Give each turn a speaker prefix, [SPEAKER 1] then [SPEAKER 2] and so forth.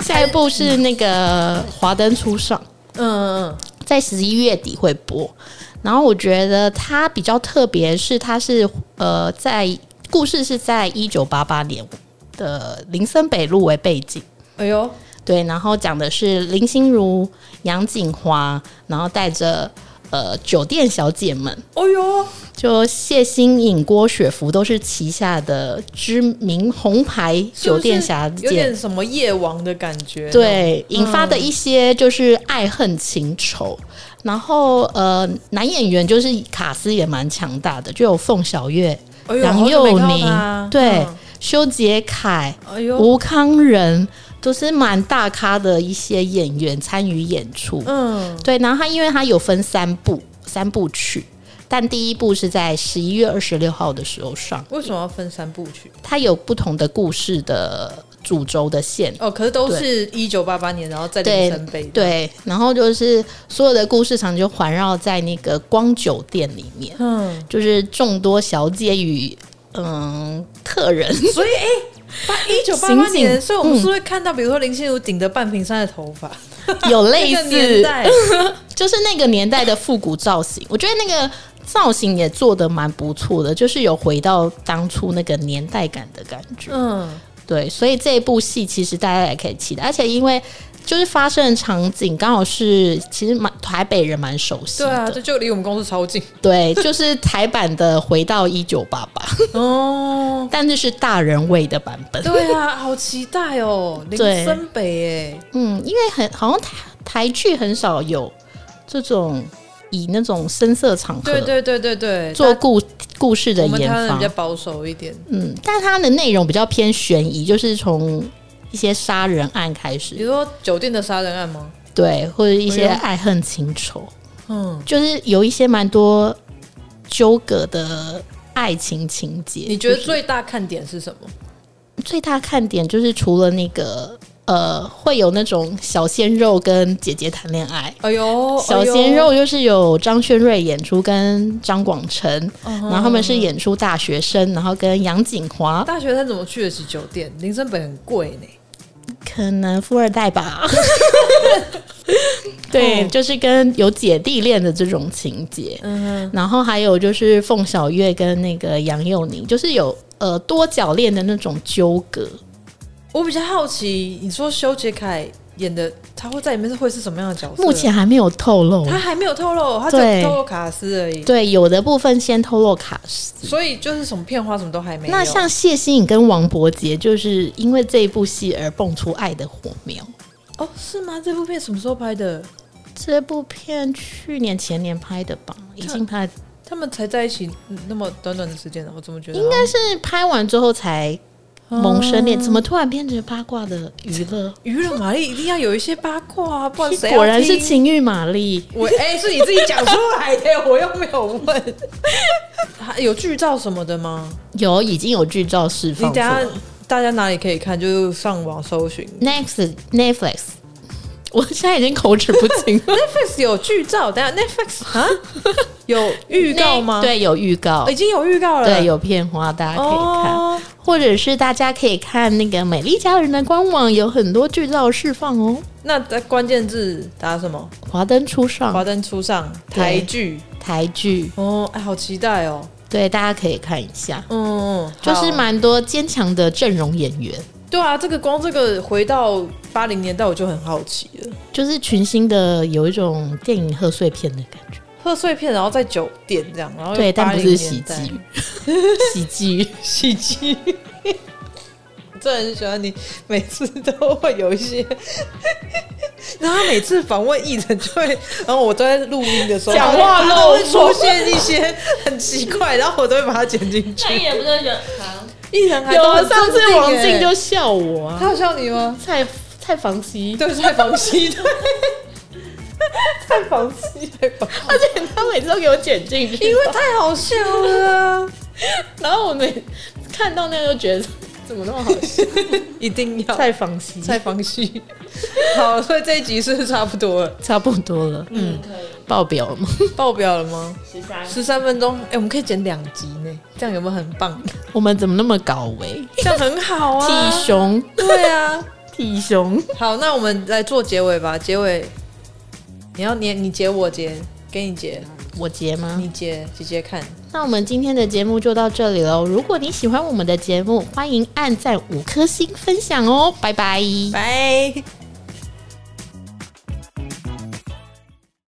[SPEAKER 1] 下一部是那个《华灯初上》，
[SPEAKER 2] 嗯嗯
[SPEAKER 1] 在十一月底会播。然后我觉得它比较特别，是它是呃，在故事是在一九八八年的林森北路为背景，
[SPEAKER 2] 嗯，哎呦，
[SPEAKER 1] 对，然后讲的是林心如、杨锦华，然后带着呃酒店小姐们，
[SPEAKER 2] 哎呦，
[SPEAKER 1] 就谢欣颖、郭雪芙都是旗下的知名红牌酒店小
[SPEAKER 2] 是不是有
[SPEAKER 1] 姐
[SPEAKER 2] 点什么夜王的感觉，，
[SPEAKER 1] 对，
[SPEAKER 2] 嗯
[SPEAKER 1] 引发的一些就是爱恨情仇。然后呃，男演员就是卡斯也蛮强大的，就有凤小岳、
[SPEAKER 2] 哎呦，
[SPEAKER 1] 杨
[SPEAKER 2] 好久没
[SPEAKER 1] 佑
[SPEAKER 2] 看到
[SPEAKER 1] 宁、
[SPEAKER 2] 他
[SPEAKER 1] 对、
[SPEAKER 2] 嗯
[SPEAKER 1] 修杰楷、
[SPEAKER 2] 哎呦，
[SPEAKER 1] 吴康仁，都是蛮大咖的一些演员参与演出。
[SPEAKER 2] 嗯，
[SPEAKER 1] 对，然后他因为他有分三部三部曲，但第一部是在十一月二十六号的时候上，
[SPEAKER 2] 为什么要分三部曲？
[SPEAKER 1] 它有不同的故事的主轴的线。
[SPEAKER 2] 哦，可是都是一九八八年，然后在林森北，，
[SPEAKER 1] 对，然后就是所有的故事场就环绕在那个光酒店里面，
[SPEAKER 2] 嗯，
[SPEAKER 1] 就是众多小姐与嗯客人，
[SPEAKER 2] 所以哎。八一九八八
[SPEAKER 1] 刑
[SPEAKER 2] 年，
[SPEAKER 1] 警
[SPEAKER 2] 所以我们是会看到，比如说林心如顶着半瓶山的头发，
[SPEAKER 1] 有类
[SPEAKER 2] 那个
[SPEAKER 1] 似
[SPEAKER 2] 年代，
[SPEAKER 1] 就是那个年代的复古造型，我觉得那个造型也做的蛮不错的，就是有回到当初那个年代感的感觉。
[SPEAKER 2] 嗯，
[SPEAKER 1] 对，所以这一部戏其实大家也可以期待，而且因为就是发生的场景刚好是其实蛮台北人蛮熟悉
[SPEAKER 2] 对啊，
[SPEAKER 1] 的，
[SPEAKER 2] 这就离我们公司超 近
[SPEAKER 1] 对就是台版的《回到一九八 八》，
[SPEAKER 2] 哦。
[SPEAKER 1] 但是是大人味的版本。
[SPEAKER 2] 对啊，好期待哦，林
[SPEAKER 1] 对
[SPEAKER 2] 森北哎，
[SPEAKER 1] 嗯，因为很好像台台剧很少有这种以那种深色场合
[SPEAKER 2] 对对对对对，
[SPEAKER 1] 做故故事的
[SPEAKER 2] 我们
[SPEAKER 1] 研
[SPEAKER 2] 台湾人
[SPEAKER 1] 发
[SPEAKER 2] 比较，保守一点，
[SPEAKER 1] 嗯，但它的内容比较偏悬疑，就是从一些杀人案开
[SPEAKER 2] 比
[SPEAKER 1] 始，
[SPEAKER 2] 如说酒店的杀人案吗？
[SPEAKER 1] 对，或者一些
[SPEAKER 2] 哎呦
[SPEAKER 1] 爱恨情仇。
[SPEAKER 2] 嗯，
[SPEAKER 1] 就是有一些蛮多纠葛的爱情情节。
[SPEAKER 2] 你觉得
[SPEAKER 1] 就是
[SPEAKER 2] 最大看点是什么？
[SPEAKER 1] 最大看点就是除了那个呃，会有那种小鲜肉跟姐姐谈恋爱。
[SPEAKER 2] 哎呦，
[SPEAKER 1] 小鲜肉就是有张轩瑞演出跟张广成，
[SPEAKER 2] 哎呦，
[SPEAKER 1] 然后他们是演出大学生，然后跟杨锦华，
[SPEAKER 2] 大学生怎么去得起酒店？林森北很贵呢。
[SPEAKER 1] 可能富二代 吧。对，
[SPEAKER 2] 哦
[SPEAKER 1] 就是跟有姐弟恋的这种情节。
[SPEAKER 2] 嗯
[SPEAKER 1] 然后还有就是凤小岳跟那个杨佑宁，就是有呃多角恋的那种纠葛。
[SPEAKER 2] 我比较好奇，你说修杰楷演的，他会在里面是会是什么样的角色？
[SPEAKER 1] 目前还没有透露，
[SPEAKER 2] 他还没有透露，他只
[SPEAKER 1] 对
[SPEAKER 2] 有透露卡斯而已。
[SPEAKER 1] 对有的部分先透露卡斯。
[SPEAKER 2] 所以就是什么片花什么都还没有。
[SPEAKER 1] 那像谢欣颖跟王伯杰，就是因为这一部戏而蹦出爱的火苗。
[SPEAKER 2] 哦，是吗？这部片什么时候拍的？
[SPEAKER 1] 这部片去年前年拍的吧，已经拍，
[SPEAKER 2] 他们才在一起嗯那么短短的时间呢，我怎么觉得
[SPEAKER 1] 应该是拍完之后才萌生恋，怎么突然变成八卦的娱乐？
[SPEAKER 2] 啊娱乐玛丽一定要有一些八卦啊，不然谁要
[SPEAKER 1] 果然是
[SPEAKER 2] 听
[SPEAKER 1] 情欲玛丽，
[SPEAKER 2] 我哎、是你自己讲出来的， 我又没有 问。还啊有剧照什么的吗？
[SPEAKER 1] 有已经有剧照释
[SPEAKER 2] 你
[SPEAKER 1] 放
[SPEAKER 2] 等
[SPEAKER 1] 出来
[SPEAKER 2] 下
[SPEAKER 1] 了。
[SPEAKER 2] 大家哪里可以看？就是上网搜寻
[SPEAKER 1] Next Netflix，我现在已经口齿不清了。
[SPEAKER 2] Netflix 有剧照，等下 Netflix 啊有 预告吗？
[SPEAKER 1] 那， 对，有预告哎
[SPEAKER 2] 哦，已经有预告了。
[SPEAKER 1] 对，有片花，大家可以看，
[SPEAKER 2] 哦，
[SPEAKER 1] 或者是大家可以看那个《美丽佳人》的官网，有很多剧照释放哦。
[SPEAKER 2] 那在关键字打什么？
[SPEAKER 1] 华灯初
[SPEAKER 2] 华
[SPEAKER 1] 上，
[SPEAKER 2] 灯初上
[SPEAKER 1] 对
[SPEAKER 2] 台剧
[SPEAKER 1] 台剧，
[SPEAKER 2] 哦，哎，好期待哦。
[SPEAKER 1] 对，大家可以看一下，
[SPEAKER 2] 嗯，嗯
[SPEAKER 1] 就是
[SPEAKER 2] 好
[SPEAKER 1] 蛮多坚强的阵容演员，
[SPEAKER 2] 对啊，这个光这个回到八零年代我就很好奇了。
[SPEAKER 1] 就是群星的有一种电影贺岁片的感觉。
[SPEAKER 2] 贺岁片，然后在酒店这样，然后又
[SPEAKER 1] 对，但不
[SPEAKER 2] 80
[SPEAKER 1] 是喜
[SPEAKER 2] 年代
[SPEAKER 1] 剧， 喜剧。
[SPEAKER 2] 喜剧。我真的很喜欢你，每次都会有一些， 然后他每次访问艺人就会，然后我都在录音的时候
[SPEAKER 1] 讲话
[SPEAKER 2] 他都会
[SPEAKER 1] 漏
[SPEAKER 2] 出
[SPEAKER 1] 风
[SPEAKER 2] 现一些很奇怪，然后我都会把它剪进去。
[SPEAKER 1] 也不是有，
[SPEAKER 2] 艺人还
[SPEAKER 1] 有
[SPEAKER 2] 都
[SPEAKER 1] 啊
[SPEAKER 2] 很
[SPEAKER 1] 上次
[SPEAKER 2] 镇定
[SPEAKER 1] 王
[SPEAKER 2] 欸
[SPEAKER 1] 静就笑我啊，
[SPEAKER 2] 他有笑你吗？
[SPEAKER 1] 蔡蔡房西，
[SPEAKER 2] 对，蔡房西对，蔡房西蔡房西，
[SPEAKER 1] 而且他每次都给我剪进去，
[SPEAKER 2] 因为太好笑了啊，
[SPEAKER 1] 然后我每看到那个就觉得怎么那么好笑。
[SPEAKER 2] 一定要
[SPEAKER 1] 蔡房西
[SPEAKER 2] 蔡房西。好，所以这一集是不是差不多了？
[SPEAKER 1] 差不多了，嗯，爆表了吗？
[SPEAKER 2] 爆表了吗？十三分钟，哎、我们可以剪两集呢，这样有没有很棒？
[SPEAKER 1] 我们怎么那么搞维？
[SPEAKER 2] 这样很好啊，
[SPEAKER 1] 替胸，
[SPEAKER 2] 对啊，
[SPEAKER 1] 弟兄，
[SPEAKER 2] 好，那我们来做结尾吧。结尾，你要你你结我结，给你结，
[SPEAKER 1] 我结吗？
[SPEAKER 2] 你结，姐姐看。
[SPEAKER 1] 那我们今天的节目就到这里喽。如果你喜欢我们的节目，欢迎按赞五颗星分享哦，拜拜。
[SPEAKER 2] 拜。